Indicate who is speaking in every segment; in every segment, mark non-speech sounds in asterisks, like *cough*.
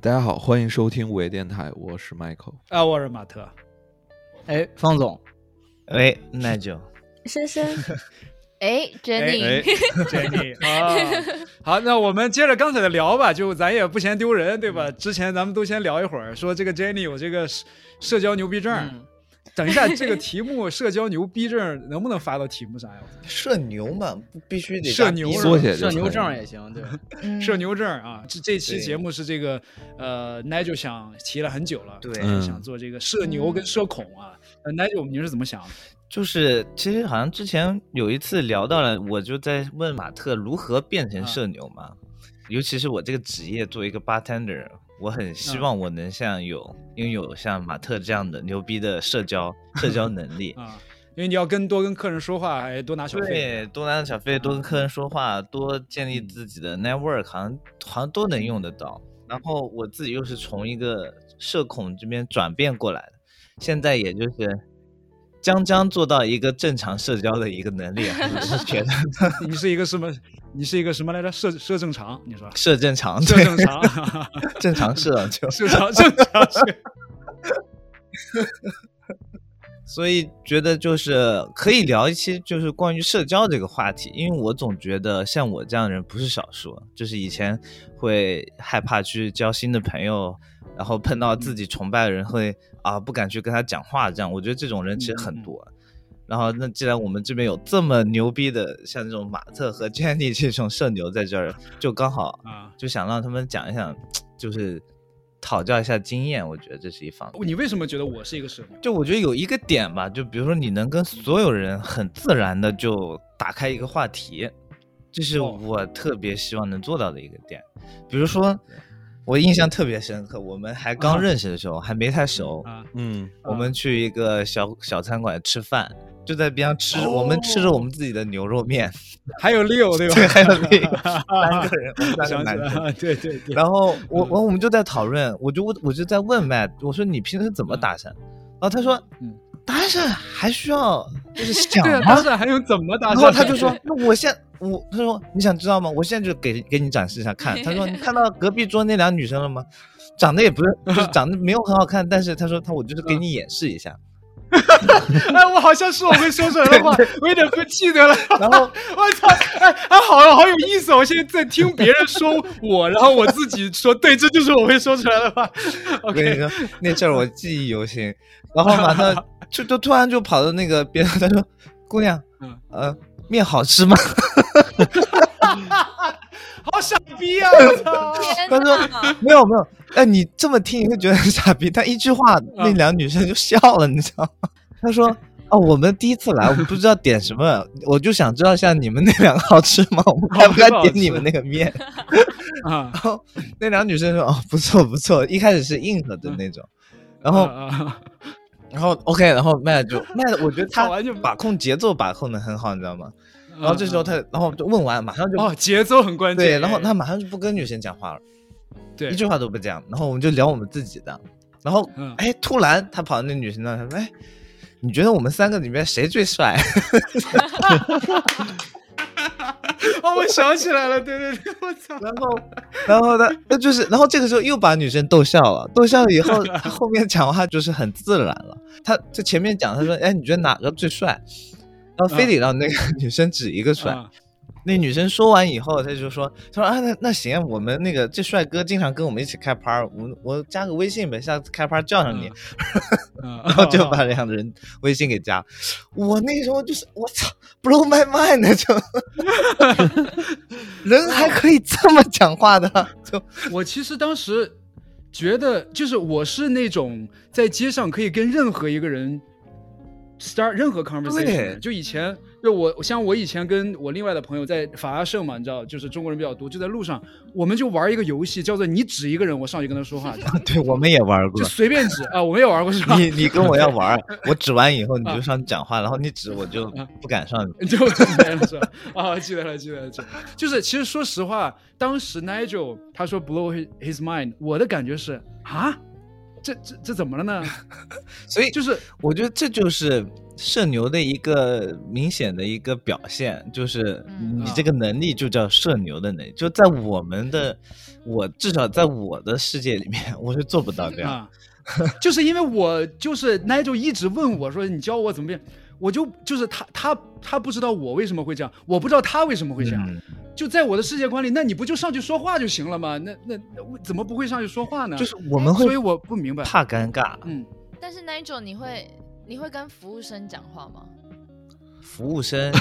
Speaker 1: 大家好，欢迎收听午夜电台，我是 Michael。
Speaker 2: 啊，我是马特，
Speaker 3: 哎，方总，
Speaker 4: 喂，哎那就
Speaker 5: 深深， *laughs* 哎
Speaker 2: 哎
Speaker 5: ，Jenny，
Speaker 2: *laughs* Jenny
Speaker 4: *laughs*
Speaker 2: 啊，好，那我们接着刚才的聊吧，就咱也不嫌丢人，对
Speaker 4: 嗯
Speaker 2: 吧？之前咱们都先聊一会儿，说这个 Jenny 有这个社社交牛逼症，
Speaker 4: 嗯
Speaker 6: 嗯
Speaker 2: 等一下这个题目社交牛逼症能不能发到题目上呀？
Speaker 4: 社牛嘛，不必须得
Speaker 2: 社
Speaker 4: 加
Speaker 2: 牛
Speaker 4: 逼
Speaker 2: 是吧
Speaker 4: 嘛
Speaker 1: 缩
Speaker 6: 嗯
Speaker 1: 写就
Speaker 3: 社牛
Speaker 1: 可以
Speaker 3: 症
Speaker 1: 了
Speaker 3: 也行，对，
Speaker 6: *laughs*
Speaker 5: 嗯
Speaker 2: 社牛症啊，这这期
Speaker 4: 对
Speaker 2: 节目是这个呃，Nigel 想提了很久了，
Speaker 4: 对
Speaker 1: 嗯
Speaker 2: 想做这个社牛
Speaker 5: 嗯
Speaker 2: 跟社恐啊。呃 Nigel 你是怎么想的？
Speaker 4: 就是其实好像之前有一次聊到了，我就在问马特如何变
Speaker 1: 啊
Speaker 4: 成社牛嘛，尤其是我这个职业作为一个 bartender，我很
Speaker 1: 嗯
Speaker 4: 希望我能像有、拥有像马特这样的牛逼的社交社交能力。
Speaker 2: 啊，因为你要跟多跟客人说话，还多拿小费。
Speaker 4: 对，多拿小费，多跟客人说话，多建立自己的 network，好像好像都能用得到。然后我自己又是从一个社恐这边转变过来的，现在也就是将将做到一个正常社交的一个能力啊，我是觉得 *laughs*
Speaker 2: 你是一个什么？你是一个什么来着？社社正常，你说
Speaker 4: 社
Speaker 2: *laughs*
Speaker 4: 正常，
Speaker 2: 社
Speaker 4: 对
Speaker 2: 正常，
Speaker 4: 正常社就，
Speaker 2: 社常正
Speaker 4: *laughs*
Speaker 2: 常社。
Speaker 4: 所以觉得就是可以聊一期就是关于社交这个话题，因为我总觉得像我这样的人不是少数，就是以前会害怕去交新的朋友，然后碰到自己崇拜的人会啊不敢去跟他讲话，这样我觉得这种人其实很多。然后，那既然我们这边有这么牛逼的，像这种马特和 Jenny 这种社牛在这儿，就刚好
Speaker 2: 啊，
Speaker 4: 就想让他们讲一讲，就是讨教一下经验。我觉得这是一方面。
Speaker 2: 你为什么觉得我是一个社牛？
Speaker 4: 就我觉得有一个点吧，就比如说你能跟所有人很自然的就打开一个话题，这是
Speaker 2: 哦
Speaker 4: 我特别希望能做到的一个点。比如说，我印象特别深刻，我们还刚认识的时候，还没太熟，
Speaker 2: 啊，
Speaker 1: 嗯，
Speaker 4: 我们去一个小小餐馆吃饭，就在边上吃，我们吃
Speaker 2: 哦
Speaker 4: 着我们自己的牛肉面， *laughs*
Speaker 2: 还有 Leo 对吧？ *laughs*
Speaker 4: 对，还有那个三个人，我们
Speaker 2: 我
Speaker 4: 三个
Speaker 2: 想起
Speaker 4: 男
Speaker 2: 来
Speaker 4: 生。
Speaker 2: 了，对对对，嗯
Speaker 4: 然后我我我们就在讨论，我就我我就在问 Matt，我说你平时怎么搭讪？然后他说
Speaker 2: 嗯，
Speaker 4: 搭讪还需要
Speaker 2: *laughs*
Speaker 4: 就是想
Speaker 2: 对啊，搭
Speaker 4: 吗？
Speaker 2: 讪还用怎么搭讪？
Speaker 4: 然后他就说，那我现我他说你想知道吗？我现在就给给你展示一下看。他说你
Speaker 2: *laughs*
Speaker 4: 看到隔壁桌那俩女生了吗？长得也不是，就是长得没有很好看，但是他说他我就是给
Speaker 2: 嗯
Speaker 4: 你演示一下。
Speaker 2: 哎，我好像是我会说出来的话，我有点不记得了。*laughs*
Speaker 4: 然后
Speaker 2: 我操！哎，还好了，好有意思哦！我现在在听别人说我，然后我自己说，对，这就是我会说出来的话。
Speaker 4: 我跟你
Speaker 2: OK，
Speaker 4: 说那阵儿我记忆犹新，然后马上就就突然就跑到那个边上，他说姑娘
Speaker 2: 嗯，
Speaker 4: 呃，面好吃吗？
Speaker 2: 好傻逼啊！我
Speaker 4: *laughs*
Speaker 2: 操！
Speaker 5: 天
Speaker 4: 他说
Speaker 5: 哪，
Speaker 4: 没有没有，哎，你这么听你会觉得很
Speaker 2: *laughs*
Speaker 4: 傻逼，但一句话
Speaker 2: 嗯
Speaker 4: 那两女生就笑了，你知道吗？ *laughs* 她说。哦，我们第一次
Speaker 2: *laughs*
Speaker 4: 来，我们不知道点什么，我就想知道一下你们那两个好吃
Speaker 2: *laughs*
Speaker 4: 吗？我们
Speaker 2: 哦
Speaker 4: 该不该
Speaker 2: 不好
Speaker 4: 点你
Speaker 2: 吃
Speaker 4: 们那个面？
Speaker 2: 啊，
Speaker 4: 然后 *laughs* 那两女生说，哦，不错不错，一开始是硬核的那种，然后
Speaker 2: 啊啊
Speaker 4: 然后 OK，然后麦就麦，我觉得
Speaker 2: 好
Speaker 4: 他
Speaker 2: 玩就
Speaker 4: 把控节奏把控的很好，你知道吗？
Speaker 2: 啊
Speaker 4: 然后这时候他，然后就问完，马上就
Speaker 2: 哦，节奏很关键。
Speaker 4: 对，然后他马上就不跟女生讲话了。
Speaker 2: 对
Speaker 4: 一句话都不讲，然后我们就聊我们自己的，然后
Speaker 2: 嗯
Speaker 4: 哎，突然他跑到那女生那儿，他说：“哎，你觉得我们三个里面谁
Speaker 2: *laughs*
Speaker 4: 最帅
Speaker 2: 哦，我想起来了，对对对，我操！”
Speaker 4: 然后，然后呢，那就是，然后这个时候又把女生逗笑了，逗笑了以
Speaker 2: *laughs*
Speaker 4: 后，他后面讲话就是很自然了。他在前面讲，他说：“哎，你觉得哪个最帅？”
Speaker 2: 嗯
Speaker 4: 然后非得让那个女生指一个帅。
Speaker 2: 啊
Speaker 4: 那女生说完以后，他就说：“他说啊，那那行，我们那个这帅哥经常跟我们一起开趴，我我加个微信呗，下次开趴叫上你。
Speaker 2: 嗯啊
Speaker 4: 然后就把两个人微信给加。我那时候就是我操，blow my mind 那种， *laughs* 人还可以这么讲话的，就
Speaker 2: 我其实当时觉得，就是我是那种在街上可以跟任何一个人 start 任何 conversation 的人
Speaker 4: 对
Speaker 2: 就以前，就我像我以前跟我另外的朋友在法拉盛嘛，你知道，就是中国人比较多，就在路上，我们就玩一个游戏，叫做你指一个人，我上去跟他说话，
Speaker 4: 对我们也玩
Speaker 2: 就
Speaker 4: 过。
Speaker 2: 随便指啊，我没有玩过是吧？
Speaker 4: 你你跟我要玩儿，我指完以后你就上去讲话，然后你指我就不敢上
Speaker 2: *laughs*
Speaker 4: 去。
Speaker 2: 就记得了是吧？啊，记得了，记得了，记得了。就是其实说实话，当时 Nigel 他说 blow his- his mind，我的感觉是
Speaker 4: *laughs*
Speaker 2: 啊，这这这怎么了呢？
Speaker 4: 所以
Speaker 2: 就是
Speaker 4: 我觉得这就是社牛的一个明显的一个表现，就是
Speaker 5: 嗯
Speaker 4: 你这个能力就叫社牛的能力，就在我们的，我至少在我的世界里面，我是做不到这样。
Speaker 2: 啊，就是因为我就是 Nigel 一直问我说你教我怎么变，我就就是他他他不知道我为什么会这样，我不知道他为什么会这样，
Speaker 4: 嗯
Speaker 2: 就在我的世界观里，那你不就上去说话就行了吗？那那那我怎么不会上去说话呢？
Speaker 4: 就是我们
Speaker 2: 嗯所以
Speaker 4: 会
Speaker 2: 我不明白，
Speaker 4: 怕尴尬，
Speaker 2: 嗯，
Speaker 5: 但是 Nigel，你会你会跟服务生讲话
Speaker 2: *laughs*
Speaker 5: 吗？
Speaker 4: 服务生。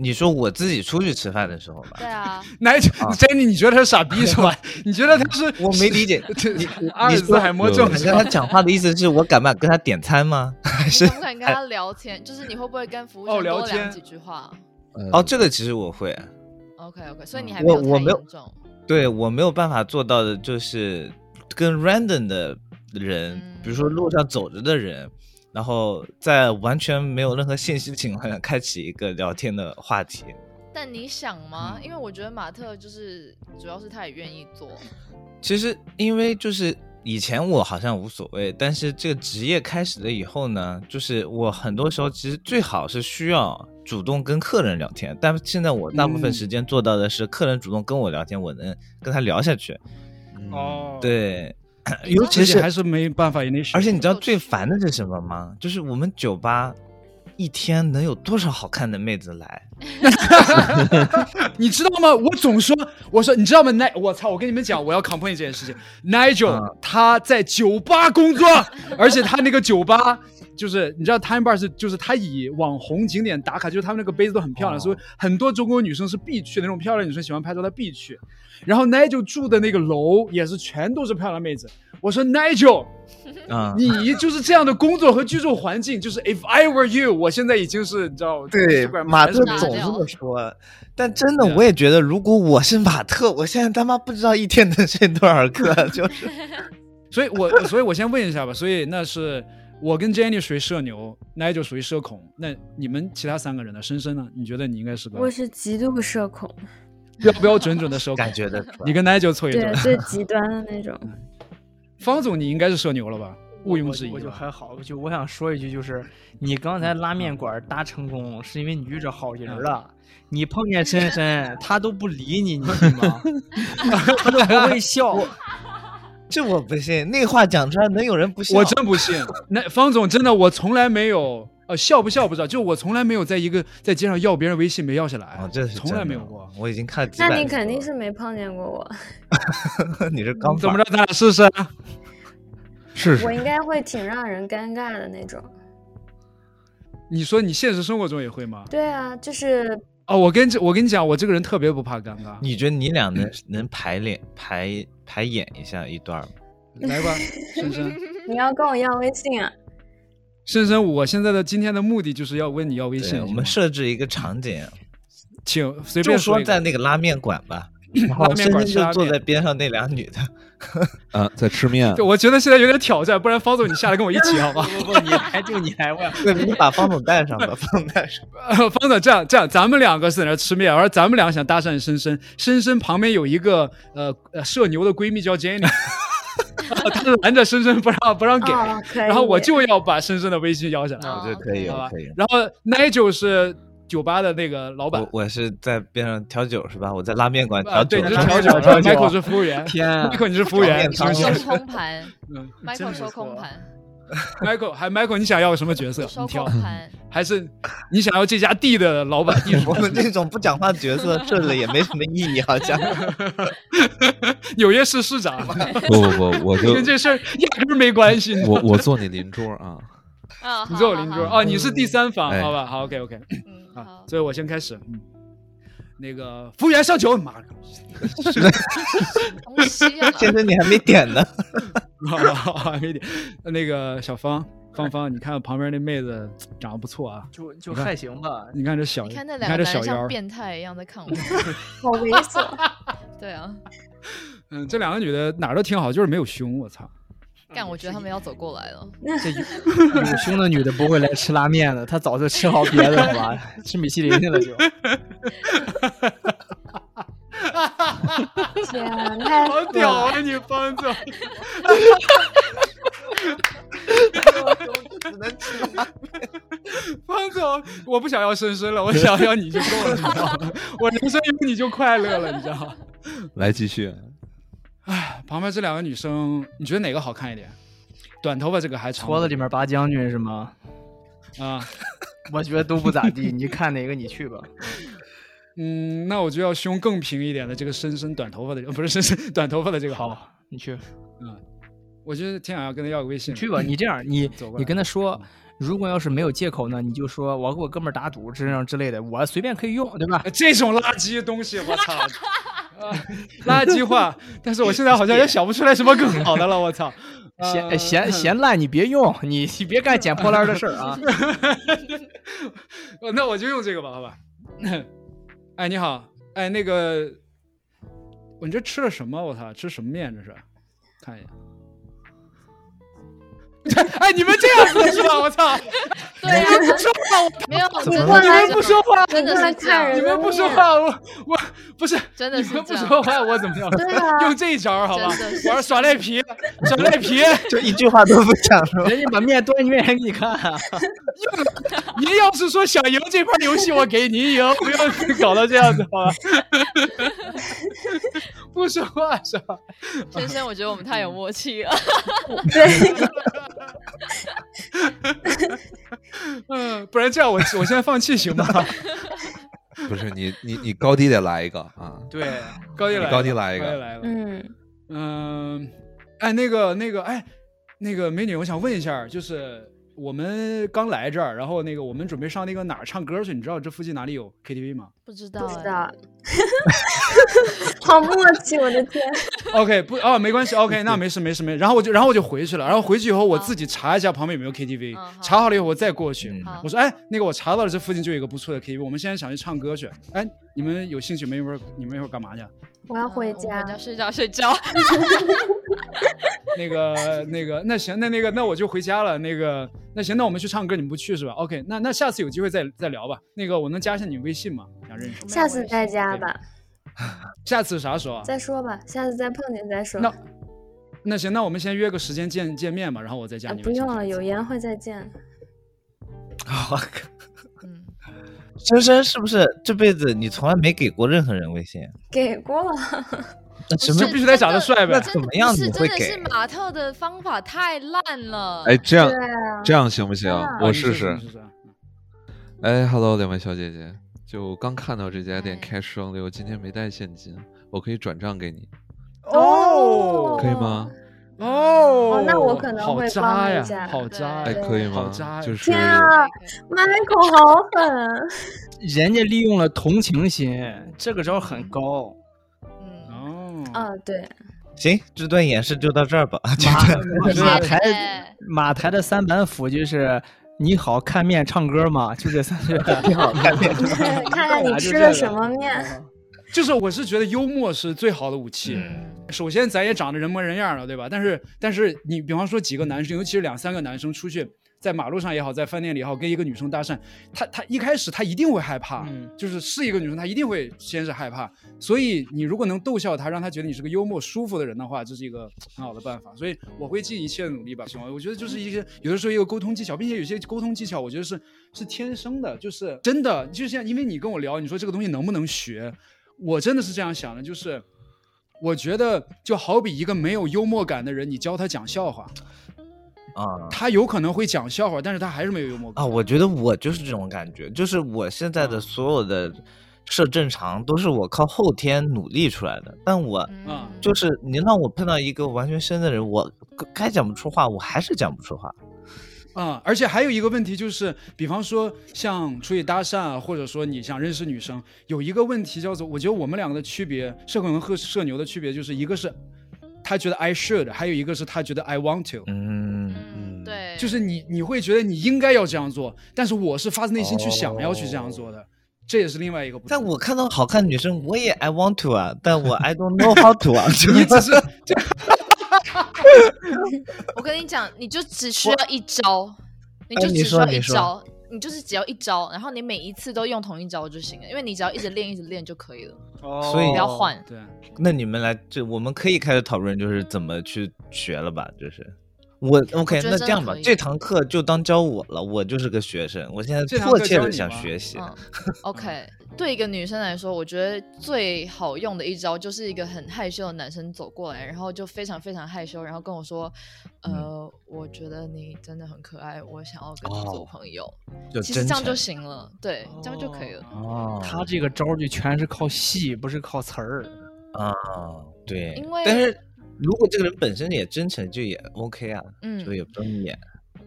Speaker 4: 你说我自己出去吃饭的时候吧
Speaker 5: 对，啊，
Speaker 2: Nigel
Speaker 4: 啊
Speaker 2: Jenny，你觉得他是傻逼是吧？ *laughs* 你觉得他是
Speaker 4: *laughs* 我没
Speaker 2: *laughs*
Speaker 4: 理解
Speaker 2: 这阿尔兹海默症
Speaker 4: 你
Speaker 2: 是
Speaker 4: 跟
Speaker 2: 吧
Speaker 4: 他讲话的意思是我敢不敢跟他点餐吗？还
Speaker 5: 你
Speaker 4: 是
Speaker 5: 敢不敢跟他聊天？就是你会不会跟服务
Speaker 2: 哦
Speaker 5: 生
Speaker 2: 聊
Speaker 5: 多
Speaker 2: 天
Speaker 5: 聊几句话
Speaker 1: 呃
Speaker 4: 哦，这个其实我会，
Speaker 5: ？OK OK，所以你
Speaker 2: 嗯
Speaker 5: 还没有
Speaker 4: 我
Speaker 5: 太
Speaker 4: 我没有
Speaker 5: 严重。
Speaker 4: 对我没有办法做到的就是跟 random 的人
Speaker 5: 嗯，
Speaker 4: 比如说路上走着的人，然后在完全没有任何信息的情况下开启一个聊天的话题。
Speaker 5: 但你想
Speaker 2: 嗯
Speaker 5: 吗？因为我觉得马特就是主要是他也愿意
Speaker 2: *laughs*
Speaker 5: 做，
Speaker 4: 其实因为就是以前我好像无所谓，但是这个职业开始了以后呢，就是我很多时候其实最好是需要主动跟客人聊天，但现在我大部分
Speaker 2: 嗯
Speaker 4: 时间做到的是客人主动跟我聊天，我能跟他聊下去。
Speaker 1: 嗯，
Speaker 2: 哦，，
Speaker 4: 对，
Speaker 5: 你知道
Speaker 4: 尤其是
Speaker 2: 还是没办法 initiate，
Speaker 4: 而且你知道最烦的是什么吗？就是我们酒吧一天能有多少好看的妹子来？
Speaker 2: 你知道吗？我总说，我说你知道吗？奈，我操！我跟你们讲，我要 complain 这件事情。Nigel、
Speaker 4: 嗯
Speaker 2: 他在酒吧工作，而且他那个酒吧就是你知道 Time Bar 是就是他以网红景点打卡，就是他们那个杯子都很漂亮，
Speaker 4: 哦
Speaker 2: 所以很多中国女生是必去的那种漂亮女生喜欢拍照，她必去。然后 Nigel 住的那个楼也是全都是漂亮妹子。我说 Nigel，
Speaker 4: 啊、
Speaker 2: 你就是这样的工作和居住环境，就是 If I were you，我现在已经是你知道
Speaker 4: 对，
Speaker 2: Instagram
Speaker 4: 马特
Speaker 5: 还是
Speaker 4: 总这
Speaker 5: 拿掉
Speaker 4: 么说，
Speaker 2: 嗯
Speaker 4: 但真
Speaker 2: 啊
Speaker 4: 的我也觉得，如果我是马特，我现在他妈不知道一天能睡多少
Speaker 2: *laughs*
Speaker 4: 个，就是
Speaker 2: 所以我，所以我先问一下吧。所以那是我跟 Jenny 属于社牛，Nigel 属于社恐。那你们其他三个人呢？深深呢？你觉得你应该是个
Speaker 7: 我是极度社
Speaker 2: *laughs*
Speaker 7: 恐，
Speaker 2: 标标准准的社恐
Speaker 4: 感？觉得出
Speaker 2: 你
Speaker 4: 来。
Speaker 2: 跟 Nigel 凑一对
Speaker 7: 对
Speaker 2: 儿。
Speaker 7: 最极端的那种。
Speaker 2: 嗯
Speaker 7: *laughs*
Speaker 2: 方总，你应该是社牛了吧？毋庸置疑
Speaker 6: 我就
Speaker 2: 吧。
Speaker 6: 还好，我就我想说一句，就是你刚才拉面馆搭成功，是因为你遇着好人了。你碰见深深， *laughs* 他都不理你，你信吗？ *laughs* 他都不会笑。 *laughs*
Speaker 4: 这我不信，那话讲出来能有人不信？
Speaker 2: 我真不信。那方总真的，我从来没有呃笑不笑不知道，就我从来没有在一个在街上要别人微信没要下来，
Speaker 4: 啊，这是
Speaker 2: 从
Speaker 4: 真
Speaker 2: 来没
Speaker 4: 的
Speaker 2: 有过。，
Speaker 4: 我已经看了几
Speaker 7: 那
Speaker 4: 百
Speaker 7: 你
Speaker 4: 次
Speaker 7: 肯定
Speaker 4: 了
Speaker 7: 是没碰见过我，
Speaker 4: *laughs* 你是刚
Speaker 2: 嗯怎么
Speaker 4: 着？
Speaker 2: 着，咱俩试试啊？
Speaker 1: 试试
Speaker 7: 我。应该会挺让人尴尬的那种。
Speaker 2: 你说你现实生活中也会吗？
Speaker 7: 对啊，就是
Speaker 2: 哦，我跟这我跟你讲，我这个人特别不怕尴尬。
Speaker 4: 你觉得你俩能能排练排排演一下一段吗？
Speaker 2: 来吧，深深。
Speaker 7: 你要跟我要微信啊，
Speaker 2: 深深，我现在的今天的目的就是要问你要微信
Speaker 4: 对，
Speaker 2: 是吗，
Speaker 4: 我们设置一个场景，
Speaker 2: 请随
Speaker 4: 就
Speaker 2: 便
Speaker 4: 说
Speaker 2: 一个
Speaker 4: 在那个拉面馆吧，然
Speaker 2: 拉
Speaker 4: 后
Speaker 2: 面
Speaker 4: 深
Speaker 2: 馆
Speaker 4: 深
Speaker 2: 吃拉
Speaker 4: 就坐
Speaker 2: 面
Speaker 4: 在边上那俩女的， *laughs*
Speaker 1: 啊，在吃
Speaker 2: *laughs*
Speaker 1: 面
Speaker 2: 对，，我觉得现在有点挑战，不然方总你下来跟我一起好吧？
Speaker 6: 不不不，你来就你来，我要
Speaker 4: 对， *laughs* 你把方总带上吧，方总带上。
Speaker 2: *laughs* 方总这样这样，咱们两个是在那吃面，而咱们俩想搭讪深深，深深旁边有一个呃呃社牛的闺蜜叫 Jenny，她拦着深深不让不让给，
Speaker 7: 哦，可以。
Speaker 2: 然后我就要把深深的微信要下来，
Speaker 5: 啊
Speaker 4: 我觉得可以，
Speaker 2: 好
Speaker 4: 我
Speaker 2: 吧
Speaker 4: 可以。？
Speaker 2: 然后 Nigel 是酒吧的那个老板
Speaker 4: 我。我是在边上调酒是吧？我在拉面馆
Speaker 2: 啊，
Speaker 4: 调酒。
Speaker 2: 对，你是调
Speaker 6: 调
Speaker 2: 酒
Speaker 6: 酒调酒
Speaker 2: ，Michael 是服务员
Speaker 6: 天
Speaker 4: *laughs*
Speaker 6: 啊
Speaker 2: ，Michael 你是服务员
Speaker 4: 调酒
Speaker 2: 行
Speaker 5: 收
Speaker 2: 行 *laughs*
Speaker 5: 空盘
Speaker 2: 嗯
Speaker 5: ，Michael 收空盘，
Speaker 2: ，Michael 还 Michael，你想要个什么角色？
Speaker 5: 收
Speaker 2: 啊你挑。
Speaker 5: 空盘，
Speaker 2: 还是你想要这家地的老板地主
Speaker 4: 我？们这种不讲话角色设了也没什么意义，好像。
Speaker 2: 纽约市市长，
Speaker 1: 不不不，我就
Speaker 2: 跟这事儿压根儿没关系。
Speaker 1: 我我坐你邻桌啊，
Speaker 2: *laughs*
Speaker 5: 啊，
Speaker 2: 你
Speaker 5: 好
Speaker 2: 坐我邻桌，
Speaker 5: 好好
Speaker 2: 哦，你是第三方，
Speaker 1: 哎
Speaker 2: 好吧？好，OK OK，
Speaker 5: 嗯
Speaker 2: 啊
Speaker 5: 好，，
Speaker 2: 所以我先开始。嗯，那个服务员上酒，妈的，
Speaker 5: 东西啊，
Speaker 4: 先生你还没点呢，
Speaker 2: *laughs* 好好好，没点。那个小芳，芳芳，你看旁边那妹子长得不错啊，
Speaker 6: 就就还行 *laughs* 吧。
Speaker 2: 你看这小，
Speaker 5: 你
Speaker 2: 你
Speaker 5: 看
Speaker 2: 看
Speaker 5: 那两个
Speaker 2: 这
Speaker 5: 男
Speaker 2: 小
Speaker 5: 人
Speaker 2: 腰
Speaker 5: 像
Speaker 2: 儿，
Speaker 5: 变态一样
Speaker 2: *laughs*
Speaker 5: 在看我，
Speaker 7: 好猥琐。
Speaker 5: 对啊，
Speaker 2: 嗯，这两个女的哪儿都挺好，就是没有胸，我操。
Speaker 5: 干，我觉得他们要走过
Speaker 2: *laughs*
Speaker 5: 来了，
Speaker 6: 这有有胸的女的不会来吃拉面的，她早就吃好别的了吧， *laughs* 吃米其林去了就。
Speaker 7: 天啊，太
Speaker 2: 好屌啊，你芳总！
Speaker 4: 只能吃拉面。
Speaker 2: 方总，我不想要深深了，我想要你就够了，你知道吗？ *laughs* 我人生有你就快乐了，你知道吗？
Speaker 1: 来继续，
Speaker 2: 哎，旁边这两个女生，你觉得哪个好看一点？短头发这个还长
Speaker 6: 矬子里面拔将军是吗？
Speaker 2: 啊？
Speaker 6: 我觉得都不咋地，你看哪个你去吧。
Speaker 2: 嗯，那我就要胸更平一点的这个深深短头发的，呃不是深深短头发的这个好吧？
Speaker 6: 好，你去，
Speaker 2: 我就是挺想要跟他要个微信
Speaker 6: 你
Speaker 2: 的，
Speaker 6: 去吧。你这样，你
Speaker 2: 走过来
Speaker 6: 你跟他说，如果要是没有借口呢，你就说我给我哥们儿打赌这样之类的，我随便可以用，对吧？
Speaker 2: 呃这种垃圾东西，我操！啊，垃圾话，但是我现在好像也想不出来什么更好的了，我操！
Speaker 6: 嫌
Speaker 2: 呃
Speaker 6: 嫌嫌烂你别用，你你别干捡破烂的事儿啊。
Speaker 2: 呃那我就用这个吧，好吧？哎，你好，哎，那个，我你这吃了什么？我操，吃什么面这是？看一眼。 *laughs* 哎，你们这样子是吧？我
Speaker 5: *laughs*
Speaker 2: 操！
Speaker 5: 哎对
Speaker 2: 啊
Speaker 5: 呀、没有，
Speaker 7: 你
Speaker 5: 真
Speaker 7: 过
Speaker 5: 的
Speaker 7: 来
Speaker 5: 是
Speaker 2: 不说话，
Speaker 5: 真的是这样
Speaker 2: 你们不说话，我我不是
Speaker 5: 真哎的是
Speaker 2: 你们不
Speaker 5: 这样
Speaker 2: 说话，我怎么样？
Speaker 7: 对啊
Speaker 2: 用这一招好吧
Speaker 5: 真的？是
Speaker 2: 玩耍赖皮，耍赖皮，
Speaker 4: 就一句话都不讲了。
Speaker 6: 人家把面端进面前给你看啊，
Speaker 2: 您要是说想赢这盘游戏，我给您赢，不用搞到这样子好吧？不说话是吧？
Speaker 5: 先生，我觉得我们太有默契了。
Speaker 2: 嗯，不然这样我我现在放弃行吗？
Speaker 1: 不是你你你高低得来一个啊，
Speaker 6: 对，
Speaker 2: 高一来了，
Speaker 1: 高低来一个
Speaker 2: 高低来了。 *laughs*
Speaker 7: 嗯，
Speaker 2: 嗯，哎，那个那个，哎，那个美女，我想问一下，就是我们刚来这儿，然后那个我们准备上那个哪儿唱歌去？你知道这附近哪里有 KTV 吗
Speaker 5: *laughs* 不知道、
Speaker 7: 不
Speaker 5: 哎，
Speaker 7: 知道， *laughs* 好默契，我的天，
Speaker 2: ？OK，不哦，没关系，OK，那
Speaker 5: *laughs*
Speaker 2: 没事没事没事。然后我就然后我就回去了，然后回去以后我自己查一下旁边有没有 KTV，、
Speaker 5: 嗯好
Speaker 2: 查好了以后我再过去。
Speaker 4: 嗯
Speaker 5: 好
Speaker 2: 我说，哎，那个我查到了，这附近就有一个不错的 KTV，我们现在想去唱歌去。哎，你们有兴趣没？一会儿你们一会儿干嘛去？啊
Speaker 7: 我要
Speaker 5: 嗯
Speaker 7: 回
Speaker 5: 我
Speaker 7: 家
Speaker 5: 回。家睡觉睡觉。
Speaker 2: 那个那个，那行，那那个，那我就回家了。那个，那行，那我们去唱歌，你们不去是吧？OK，那那下次有机会再再聊吧。那个，我能加一下你微信吗？想认识。
Speaker 7: 下次再加吧，
Speaker 2: 下次啥时候啊？
Speaker 7: 再说吧，下次再碰见再说。
Speaker 2: 那那行，那我们先约个时间见见面吧，然后我再加
Speaker 7: 呃
Speaker 2: 你微
Speaker 7: 不
Speaker 2: 信。
Speaker 7: 用了，有缘会再见。
Speaker 4: 我靠，
Speaker 5: *laughs*
Speaker 2: *laughs*
Speaker 5: 嗯，
Speaker 4: 深深是不是这辈子你从来没给过任何人微信？
Speaker 7: 给过了，
Speaker 4: 那什么
Speaker 2: 就必须得长得帅呗
Speaker 4: 那怎么样
Speaker 5: 是
Speaker 4: 你
Speaker 5: 真
Speaker 4: 会
Speaker 5: 的是
Speaker 4: 给？
Speaker 5: 马特的方法太烂了。
Speaker 1: 哎，这
Speaker 2: 嗯
Speaker 1: 样
Speaker 7: 对啊，
Speaker 1: 这样行不行？我
Speaker 2: 哦你
Speaker 1: 试
Speaker 2: 试
Speaker 1: 试
Speaker 2: 你。试。
Speaker 1: 哎，Hello，两位小姐姐，就刚看到这家店
Speaker 5: 哎
Speaker 1: 开双流，今天没带现金，我可以转账给你，
Speaker 2: 哦
Speaker 1: 可以吗？
Speaker 2: 哦
Speaker 7: 哦那我可能
Speaker 2: 好
Speaker 7: 会
Speaker 2: 渣
Speaker 7: 帮一
Speaker 2: 呀，
Speaker 7: 下
Speaker 2: 好渣
Speaker 1: 哎，
Speaker 5: 对
Speaker 2: 呀！
Speaker 1: 可以
Speaker 2: 好
Speaker 1: 吗
Speaker 2: 渣呀？
Speaker 1: 就是
Speaker 7: 天啊，Michael 好狠，啊
Speaker 6: 人家利用了同情心，这个招很高。
Speaker 5: 嗯，
Speaker 2: 哦，
Speaker 7: 嗯，
Speaker 1: *laughs*
Speaker 7: 对，
Speaker 4: 行，这段演示就到这儿吧。
Speaker 6: 马马台
Speaker 5: 哎
Speaker 6: 马台的三板斧就是你好看面唱歌嘛，就这三句。 *laughs* 你好看面唱歌
Speaker 7: *laughs* 看看你吃了什么面，
Speaker 2: 就是我是觉得幽默是最好的武器。
Speaker 5: 嗯
Speaker 2: 首先咱也长得人模人样了，对吧？但是但是你比方说几个男生，尤其是两三个男生出去，在马路上也好，在饭店里也好，跟一个女生搭讪，他他一开始他一定会害怕，
Speaker 6: 嗯
Speaker 2: 就是是一个女生，他一定会先是害怕。所以你如果能逗笑她，让她觉得你是个幽默舒服的人的话，这是一个很好的办法。所以我会尽一切努力吧。行吗我觉得就是一些有的时候一个沟通技巧，并且有些沟通技巧，我觉得是是天生的，就是真的，就像因为你跟我聊，你说这个东西能不能学，我真的是这样想的，就是。我觉得就好比一个没有幽默感的人，你教他讲笑话，
Speaker 4: 啊
Speaker 2: 他有可能会讲笑话，但是他还是没有幽默感。
Speaker 4: 啊，我觉得我就是这种感觉，就是我现在的所有的设正常都是我靠后天努力出来的，但我
Speaker 2: 啊
Speaker 5: 嗯，
Speaker 4: 就是你让我碰到一个完全生的人，我该讲不出话，我还是讲不出话。
Speaker 2: 啊、而且还有一个问题就是，比方说像出去搭讪啊，或者说你想认识女生，有一个问题叫做，我觉得我们两个的区别，社恐和社牛的区别就是一个是他觉得 I should，还有一个是他觉得 I want to。
Speaker 4: 嗯，
Speaker 5: 嗯，对，
Speaker 2: 就是你你会觉得你应该要这样做，但是我是发自内心去想要去这样
Speaker 4: 哦
Speaker 2: 做的，这也是另外一个不同。
Speaker 4: 但我看到好看的女生，我也 I want to 啊，但我 I don't know how to 啊，就
Speaker 2: *laughs* 你只
Speaker 4: *laughs*
Speaker 2: 是
Speaker 5: 我跟你讲，你就只需要一招，你
Speaker 4: 哎
Speaker 5: 就
Speaker 4: 你
Speaker 5: 只需
Speaker 4: 说
Speaker 5: 要
Speaker 4: 你
Speaker 5: 一
Speaker 4: 说
Speaker 5: 招，你就是只要一招，然后你每一次都用同一招就行了，因为你只要一直练，一直练就可以了，
Speaker 4: 所以
Speaker 5: 不要换。
Speaker 2: 对。
Speaker 4: 那你们来，这我们可以开始讨论，就是怎么去学了吧？就是我 OK，那
Speaker 5: 觉得真的
Speaker 4: 这样吧
Speaker 5: 可，以
Speaker 4: 这堂课就当教我了，我就是个学生，我现在
Speaker 2: 这堂
Speaker 4: 迫
Speaker 2: 课
Speaker 4: 切
Speaker 2: 教
Speaker 4: 的
Speaker 2: 你
Speaker 4: 想
Speaker 2: 吗
Speaker 4: 学习。
Speaker 5: 嗯
Speaker 4: *laughs*
Speaker 5: ，OK，对一个女生来说，我觉得最好用的一招就是一个很害羞的男生走过来，然后就非常非常害羞，然后跟我说，呃，我觉得你真的很可爱，我想要跟你
Speaker 4: 嗯
Speaker 5: 做
Speaker 4: 哦
Speaker 5: 朋友。
Speaker 4: 就
Speaker 5: 其实这样就
Speaker 4: 诚
Speaker 5: 行了，对，这样就可以了。
Speaker 4: 哦，
Speaker 6: 他这个招儿就全是靠戏，不是靠词儿。
Speaker 4: 啊，
Speaker 2: 哦
Speaker 4: 对，
Speaker 5: 因为
Speaker 4: 但是如果这个人本身也真诚，就也 OK 啊，
Speaker 5: 嗯
Speaker 4: 就也不用演。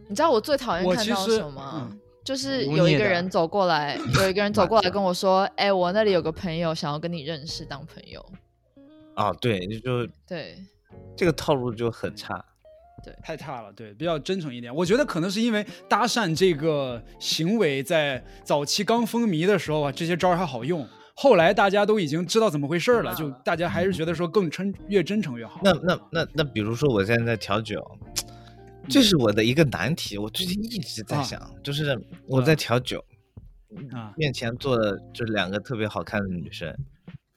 Speaker 5: 你知道我最讨厌
Speaker 2: 我
Speaker 5: 看
Speaker 2: 其
Speaker 5: 到
Speaker 2: 实
Speaker 5: 什么啊
Speaker 2: 嗯？
Speaker 5: 就是
Speaker 6: 污
Speaker 5: 有一
Speaker 6: 蔑
Speaker 5: 个
Speaker 6: 的
Speaker 5: 人走过来，有一个人走过来跟我说：“哎、我那里有个朋友想要跟你认识，当朋友。
Speaker 4: 啊，对，就”
Speaker 5: 对，
Speaker 4: 这个套路就很差。
Speaker 2: 太差了，对，比较真诚一点。我觉得可能是因为搭讪这个行为在早期刚风靡的时候啊，这些招儿还好用。后来大家都已经知道怎么回事儿了，就大家还是觉得说更真越真诚越好。
Speaker 4: 啊那那那那，比如说我现在在调酒，这是我的一个难题，我最近一直在
Speaker 2: 啊嗯
Speaker 4: 想，就是我在调酒，
Speaker 2: 啊
Speaker 4: 面前坐的就两个特别好看的女生，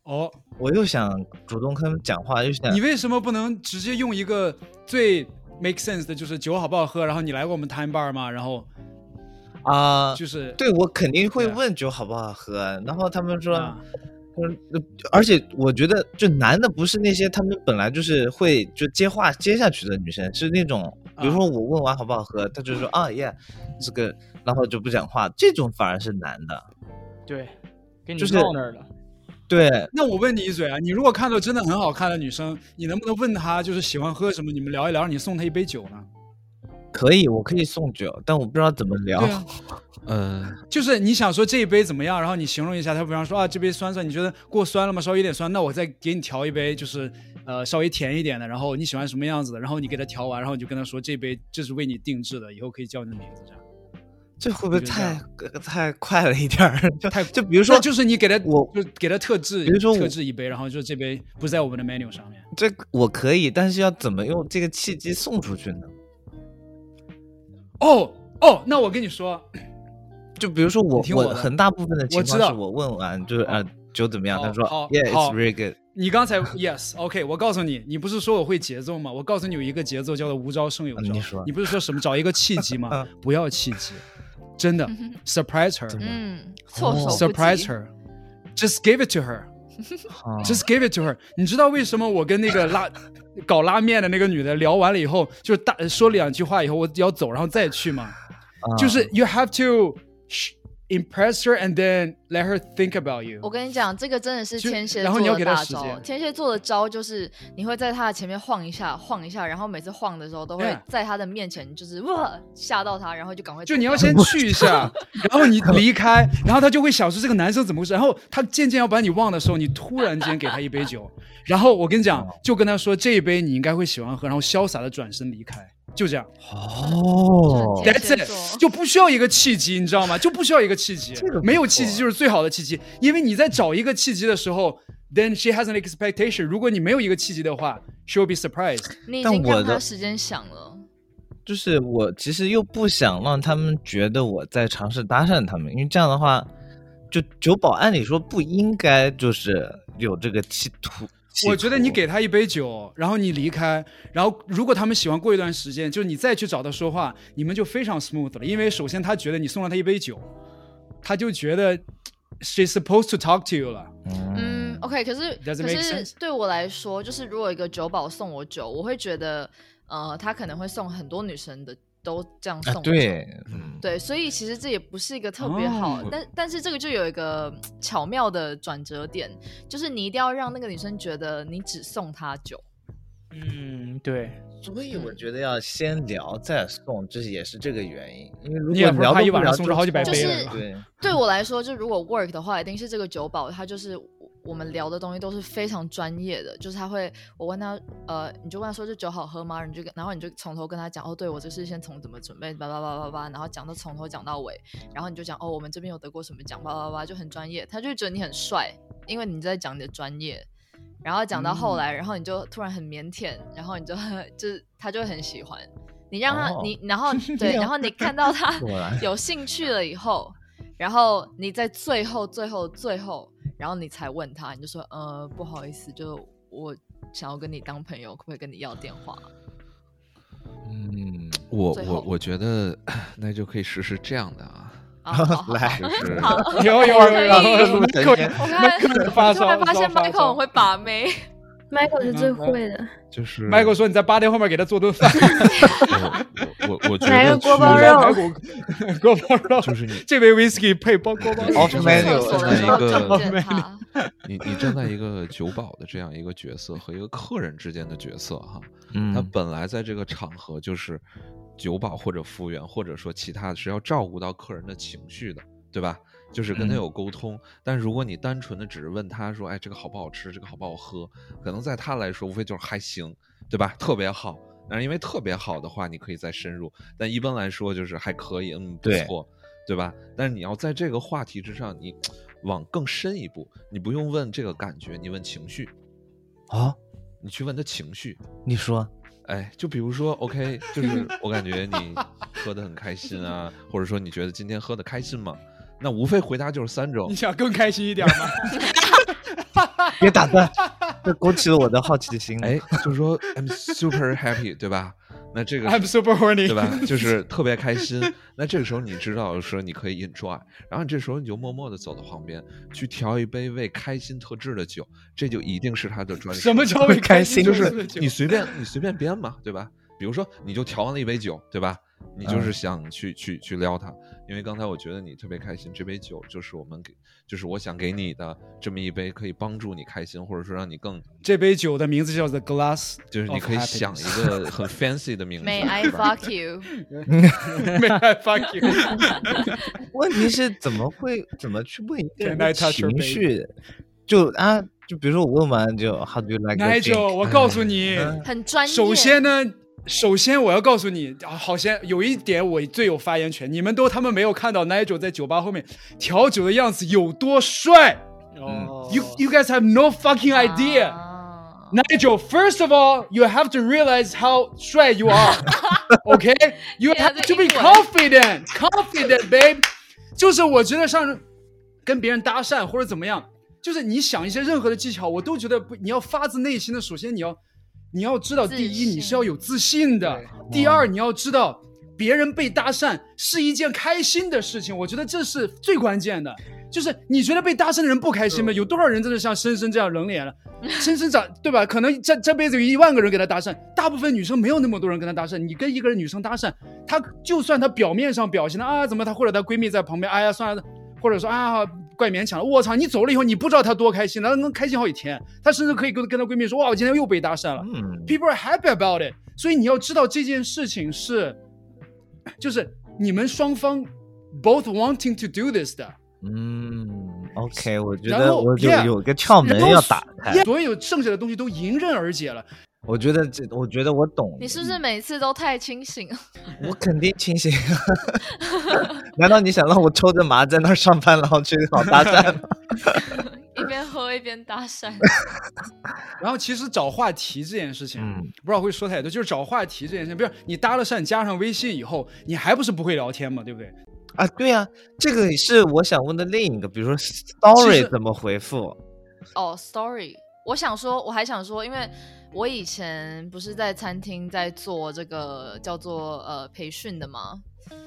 Speaker 2: 哦，
Speaker 4: 我又想主动跟她们讲话，又想
Speaker 2: 你为什么不能直接用一个最 make sense 的，就是酒好不好喝？然后你来过我们 time bar 吗？然后
Speaker 4: 啊，
Speaker 2: 就是
Speaker 4: 对我肯定会
Speaker 2: 对啊
Speaker 4: 问酒好不好喝，然后他们说。
Speaker 2: 啊
Speaker 4: 嗯，呃而且我觉得，就男的不是那些他们本来就是会就接话接下去的女生，是那种，比如
Speaker 2: 啊
Speaker 4: 说我问完好不好喝，他就说啊耶，这个，然后就不讲话，这种反而是男的。
Speaker 6: 对，给你
Speaker 4: 就是
Speaker 6: 闹那儿了。
Speaker 4: 对，
Speaker 2: 那我问你一嘴啊，你如果看到真的很好看的女生，你能不能问她就是喜欢喝什么？你们聊一聊，你送她一杯酒呢？
Speaker 4: 可以，我可以送酒，但我不知道怎么聊。
Speaker 2: 对啊，
Speaker 1: 嗯，
Speaker 2: 就是你想说这一杯怎么样，然后你形容一下，她比方说啊这杯酸酸，你觉得过酸了吗？稍微有点酸，那我再给你调一杯，就是呃稍微甜一点的，然后你喜欢什么样子的，然后你给她调完，然后你就跟她说这杯这是为你定制的，以后可以叫你的名字这样。
Speaker 4: 这会不会
Speaker 2: 就这样
Speaker 4: 太呃太快了一点儿？就
Speaker 2: 太
Speaker 4: *laughs* 就比如
Speaker 2: 那
Speaker 4: 说，
Speaker 2: 就是你给她
Speaker 4: 我
Speaker 2: 就给她特制，
Speaker 4: 比如说我
Speaker 2: 特制一杯，然后就这杯不在我们的 menu 上面。
Speaker 4: 这个我可以，但是要怎么用这个契机送出去呢？
Speaker 2: 哦哦，那我跟你说，
Speaker 4: 就比如说我
Speaker 2: 你听我
Speaker 4: 我
Speaker 2: 的
Speaker 4: 很大部分的情
Speaker 2: 知
Speaker 4: 况
Speaker 2: 道
Speaker 4: 是我问完就是
Speaker 2: 好
Speaker 4: 呃酒怎么样，他
Speaker 2: 好
Speaker 4: 说
Speaker 2: 好
Speaker 4: Yeah, it's
Speaker 2: 好
Speaker 4: very good。
Speaker 2: 你刚才 yes OK，我告诉你，你不是说我会节奏吗？我告诉你有一个节奏叫做无招胜有
Speaker 4: 嗯
Speaker 2: 招。
Speaker 4: 你说
Speaker 2: 不是说什么找一个契机吗
Speaker 4: 嗯？
Speaker 2: *laughs* 不要契机，真的 surprise her，surprise
Speaker 5: 嗯，措
Speaker 2: 哦
Speaker 5: 手不及。
Speaker 2: her，just give it to
Speaker 4: *laughs*
Speaker 2: her，just
Speaker 4: 好
Speaker 2: give it to her。你知道为什么我跟那个拉搞拉面的那个女的聊完了以后，就是大说两句话以后我要走，然后再去吗？
Speaker 4: 啊
Speaker 2: 就是 you have to sh- impress her and then let her think about you。
Speaker 5: 我跟你讲，这个真的是
Speaker 2: 就
Speaker 5: 天蝎
Speaker 2: 然后
Speaker 5: 座
Speaker 2: 你要
Speaker 5: 的
Speaker 2: 给他
Speaker 5: 大
Speaker 2: 时
Speaker 5: 招。
Speaker 2: 间
Speaker 5: 天蝎座的招就是你会在他的前面晃一下，晃一下，然后每次晃的时候都会
Speaker 2: 对
Speaker 5: 在他的面前就是哇吓到他，然后就赶快
Speaker 2: 就
Speaker 5: 走
Speaker 2: 你要
Speaker 5: 掉
Speaker 2: 先去一 *laughs* 下，然后你离开，然后他就会想说这个男生怎么回事，然后他渐渐要把你忘的时候，你突然间给他一杯酒，然后我跟你讲，就跟他说这一杯你应该会喜欢喝，然后潇洒的转身离开，就这样
Speaker 4: 哦
Speaker 5: 天
Speaker 2: ，That's
Speaker 5: 蝎
Speaker 2: it，
Speaker 5: 座
Speaker 2: 就不需要一个契机，你知道吗？就不啊需要一个契机，没有契机就是最好的契机，因为你在找一个契机的时候，then she has an expectation，如果你没有一个契机的话，she will be surprised。
Speaker 5: 你已
Speaker 4: 但
Speaker 5: 经
Speaker 4: 我
Speaker 5: 让
Speaker 4: 的
Speaker 5: 他时间想了。
Speaker 4: 就是我其实又不想让他们觉得我在尝试搭讪他们，因为这样的话，就酒保按理说不应该就是有这个企图。企
Speaker 2: 我觉得你
Speaker 4: 图
Speaker 2: 给他一杯酒，然后你离开，然后如果他们喜欢过一段时间，就是你再去找他说话，你们就非常 smooth 了。因为首先他觉得你送了他一杯酒，他就觉得 she's supposed to talk to you 了。
Speaker 5: 嗯，OK，可是
Speaker 2: Does it
Speaker 5: 可
Speaker 2: make
Speaker 5: 是
Speaker 2: sense?
Speaker 5: 对我来说，就是如果一个酒保送我酒，我会觉得，呃，他可能会送很多女生的都这样送
Speaker 4: 啊
Speaker 5: 我酒、
Speaker 4: 对，嗯，
Speaker 5: 对，所以其实这也不是一个特别好，
Speaker 2: 哦
Speaker 5: 但但是这个就有一个嗯巧妙的转折点，就是你一定要让那个女生觉得你只送她酒。
Speaker 6: 嗯，对，
Speaker 4: 所以
Speaker 5: 嗯
Speaker 4: 我觉得要先聊再送，这也是这个原因。因为如
Speaker 2: 你也
Speaker 4: 果
Speaker 2: 不是
Speaker 4: 聊
Speaker 2: 怕
Speaker 4: 得
Speaker 2: 一
Speaker 4: 不
Speaker 2: 晚上
Speaker 4: 了
Speaker 2: 送出好几百
Speaker 5: 杯了是吧
Speaker 4: 对，
Speaker 5: 对我来说，就如果 work 的话，一定是这个酒保，他就是我我们聊的东西都是非常专业的，就是他会，我问他，呃，你就问他说这酒好喝吗？你就跟然后你就从头跟他讲，哦，对我这是先从怎么准备，叭叭叭叭叭，然后讲到从头讲到尾，然后你就讲，哦，我们这边有得过什么奖，叭叭叭叭，就很专业，他就会觉得你很帅，因为你在讲你的专业。然后讲到后来，然后你就突然很腼腆，然后你就 *laughs* 就是他就会很喜欢你，让他、
Speaker 4: 哦
Speaker 5: 你，然后对，然后你看到他
Speaker 4: *laughs* 果然
Speaker 5: 有兴趣了以后，然后你在最后、最后、最后，然后你才问他，你就说：“呃，不好意思，就我想要跟你当朋友，可不可以跟你要电话
Speaker 4: 嗯，
Speaker 1: 我
Speaker 5: 最
Speaker 1: 我
Speaker 5: 后
Speaker 1: 我觉得 *clears throat* 那就可以实施这样的啊，
Speaker 5: 啊，好
Speaker 4: *laughs*
Speaker 5: 好
Speaker 4: 来，
Speaker 1: 就是
Speaker 5: *laughs* 好，
Speaker 2: 有有有有，
Speaker 4: 录神仙，
Speaker 5: 我
Speaker 2: 迈克尔发
Speaker 5: 看突
Speaker 2: 烧
Speaker 5: 然发
Speaker 2: 烧
Speaker 5: 现
Speaker 2: 发
Speaker 5: Michael
Speaker 2: 烧
Speaker 5: 很会把
Speaker 4: *laughs*
Speaker 5: 妹，
Speaker 7: Michael 是
Speaker 1: 嗯
Speaker 7: 最会的，
Speaker 1: 就是
Speaker 2: ，Michael 说你在八天后面给他做顿饭，
Speaker 1: 我我我我觉
Speaker 7: 来
Speaker 1: 得
Speaker 7: 个锅
Speaker 1: 去
Speaker 7: 包肉
Speaker 2: 排 *laughs* 骨锅包肉，
Speaker 1: 就是你
Speaker 2: 这杯 whisky 配包锅包肉，
Speaker 4: Off
Speaker 5: 去
Speaker 4: menu
Speaker 5: 厕所
Speaker 1: 真的
Speaker 5: 的时候
Speaker 1: 一个
Speaker 5: *laughs* 撞见他，
Speaker 1: 你你站在一个酒保的这样一个角色和一个客人之间的角色哈，他
Speaker 4: 嗯，
Speaker 1: 本来在这个场合就是酒保或者服务员，或者说其他的是要照顾到客人的情绪的，对吧？就是跟他
Speaker 4: 嗯
Speaker 1: 有沟通。但如果你单纯的只是问他说：“哎，这个好不好吃？这个好不好喝？”可能在他来说，无非就是还行，对吧？特别好。但是因为特别好的话，你可以再深入。但一般来说就是还可以，嗯，不
Speaker 4: 对
Speaker 1: 错，对吧？但是你要在这个话题之上，你往更深一步，你不用问这个感觉，你问情绪，
Speaker 4: 哦，
Speaker 1: 你去问他情绪。
Speaker 4: 你说，
Speaker 1: 哎，就比如说，OK，就是 *laughs* 我感觉你喝的很开心啊，或者说你觉得今天喝的开心吗？那无非回答就是三种
Speaker 2: 你，想更开心一点吗？
Speaker 4: 别打断， *laughs* 这勾起了我的好奇心。
Speaker 1: 哎，，就是说 I'm super happy，对吧？那这个
Speaker 2: I'm super horny， *laughs*
Speaker 1: 对吧？就是特别开心。那这个时候你知道说你可以 enjoy，然后你这时候你就默默的走到旁边去调一杯为开心特制的酒，这就一定是他的专属。
Speaker 2: 什么叫为开心？
Speaker 1: 就是你随便你随便编嘛，对吧？比如说你就调完了一杯酒，对吧？你就是想去、去去撩她，因为刚才我觉得你特别开心，这杯酒就是我们给，就是我想给你的这么一杯，可以帮助你开心，或者说让你更，
Speaker 2: 这杯酒的名字叫 The Glass，
Speaker 1: 就是你
Speaker 2: Of
Speaker 1: 可以想一个很 fancy 的名字。
Speaker 5: May
Speaker 1: 对
Speaker 5: I
Speaker 1: 吧
Speaker 5: fuck you？
Speaker 2: 没办法 fuck you，
Speaker 4: 问题是怎么会怎么去问一个人
Speaker 2: Can I
Speaker 4: 的
Speaker 2: touch your
Speaker 4: 情
Speaker 2: baby？
Speaker 4: 绪？就啊，就比如说我问完就 How do you like the
Speaker 2: Nigel，
Speaker 4: drink？
Speaker 2: 我告诉你，
Speaker 5: 很专业。
Speaker 2: 首先呢，首先我要告诉你，啊，好先有一点我最有发言权，你们都他们没有看到 Nigel 在酒吧后面调酒的样子有多帅。
Speaker 6: 哦
Speaker 2: You you guys have no fucking idea.、
Speaker 5: 啊
Speaker 2: Nigel, first of all, you have to realize how 帅 you
Speaker 5: *laughs*
Speaker 2: are. okay, you
Speaker 5: Yeah,
Speaker 2: have to be
Speaker 5: 啊这英文
Speaker 2: confident, confident, babe. 就是我觉得上跟别人搭讪或者怎么样，就是你想一些任何的技巧，我都觉得不，你要发自内心的。首先你要你要知道，
Speaker 5: 自
Speaker 2: 第一
Speaker 5: 信
Speaker 2: 你是要有自信的，第二你要知道。别人被搭讪是一件开心的事情，我觉得这是最关键的。就是你觉得被搭讪的人不开心吗？有多少人真的像深深这样冷脸了？ *laughs* 深深长对吧？可能这这辈子有一万个人给他搭讪，大部分女生没有那么多人跟他搭讪。你跟一个人女生搭讪，她就算她表面上表现的啊怎么，她或者她闺蜜在旁边，哎呀算了，或者说啊怪勉强的。我操，你走了以后你不知道她多开心，她能开心好几天。她甚至可以跟跟她闺蜜说，哇，我今天又被搭讪了。
Speaker 4: 嗯，
Speaker 2: People are happy about it。所以你要知道这件事情是，就是你们双方 both wanting to do this 的。
Speaker 4: 嗯，OK，我觉
Speaker 2: 然
Speaker 4: 得
Speaker 2: 后
Speaker 4: 我就
Speaker 2: yeah，
Speaker 4: 有个窍门
Speaker 2: 然后
Speaker 4: 要打开。
Speaker 2: 所有剩下的东西都迎刃而解了。
Speaker 4: 我觉得这，我觉得我懂。
Speaker 5: 你是不是每次都太清醒了？ *laughs*
Speaker 4: 我肯定清醒。 *laughs* 难道你想让我抽着麻在那儿上班，然后去搞搭讪吗？ *laughs*
Speaker 5: 一边喝一边搭讪，
Speaker 2: 然后其实找话题这件事情，
Speaker 4: 嗯
Speaker 2: 不知道会说太多，就是找话题这件事情，比如你搭了讪加上微信以后，你还不是不会聊天嘛，对不对？
Speaker 4: 啊，对啊，这个是我想问的另一个，比如说 story 怎么回复？
Speaker 5: 哦、s t o r y 我想说，我还想说，因为我以前不是在餐厅在做这个叫做呃培训的嘛，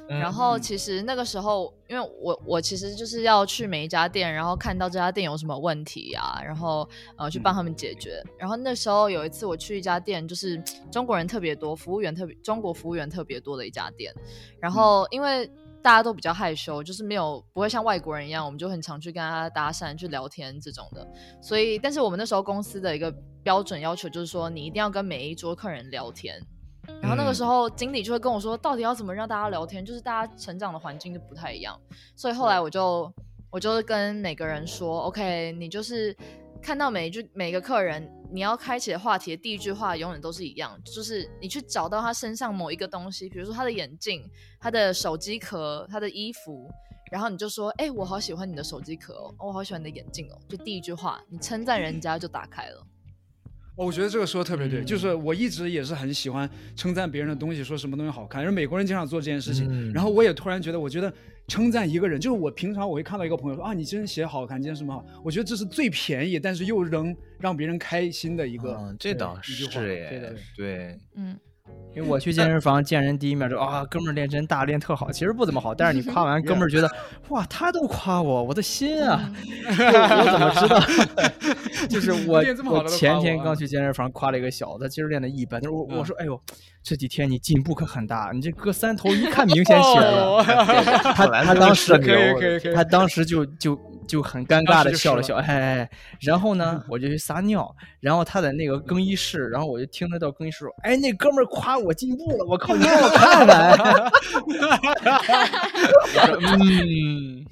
Speaker 4: 嗯
Speaker 5: 然后其实那个时候，因为我我其实就是要去每一家店，然后看到这家店有什么问题啊，然后呃去帮他们解决。然后那时候有一次我去一家店，就是中国人特别多，服务员特别中国服务员特别多的一家店。然后因为大家都比较害羞，就是没有不会像外国人一样，我们就很常去跟他搭讪、去聊天这种的。所以，但是我们那时候公司的一个标准要求就是说，你一定要跟每一桌客人聊天。然后那个时候，经理就会跟我说，到底要怎么让大家聊天，就是大家成长的环境就不太一样。所以后来我就我就跟每个人说，OK，你就是看到每一句每个客人，你要开启的话题的第一句话永远都是一样，就是你去找到他身上某一个东西，比如说他的眼镜、他的手机壳、他的衣服。然后你就说，哎、我好喜欢你的手机壳哦，我好喜欢你的眼镜哦，就第一句话，你称赞人家就打开了。
Speaker 2: 哦，我觉得这个说的特
Speaker 4: 嗯
Speaker 2: 别对，就是我一直也是很喜欢称赞别人的东西，说什么东西好看，因为美国人经常做这件事情。
Speaker 4: 嗯
Speaker 2: 然后我也突然觉得，我觉得称赞一个人，就是我平常我会看到一个朋友说啊，你这双鞋好看，今天什么好，我觉得这是最便宜，但是又能让别人开心的一个。
Speaker 4: 嗯，这倒
Speaker 2: 一句话
Speaker 4: 是
Speaker 2: 对
Speaker 4: 耶
Speaker 2: 的，
Speaker 4: 对，
Speaker 5: 嗯，
Speaker 6: 因为我去健身房见人第一面就啊，哥们儿练真大，练特好，其实不怎么好，但是你夸完，哥们儿觉得哇，他都夸我，我的心啊， *laughs* 我我怎么
Speaker 2: *laughs*
Speaker 6: 知道？就是我
Speaker 2: 练这么好
Speaker 6: 我
Speaker 2: 了都夸
Speaker 6: 前
Speaker 2: 我
Speaker 6: 天
Speaker 2: 啊嗯
Speaker 6: 刚去健身房夸了一个小子，其实练的一般，但是我我说哎呦，这几天你进步可很大，你这哥三头一
Speaker 2: *laughs*
Speaker 6: 看明显显了。他
Speaker 4: *laughs* 果然
Speaker 6: 他
Speaker 4: 是
Speaker 6: 当
Speaker 4: 个
Speaker 6: 时
Speaker 4: 社牛
Speaker 2: 哦可以可以
Speaker 6: 他当时就就就很
Speaker 2: 当
Speaker 6: 尴尬
Speaker 2: 时
Speaker 6: 的
Speaker 2: 就嗯
Speaker 6: 笑了
Speaker 2: 说
Speaker 6: 笑，哎哎，哎然后呢，我就去撒尿，然后他在那个更衣室，然后我就听得到更衣室说，哎，那哥们儿夸我进 *laughs*
Speaker 2: *laughs*
Speaker 6: 步了，我靠，你让我看看。我说嗯，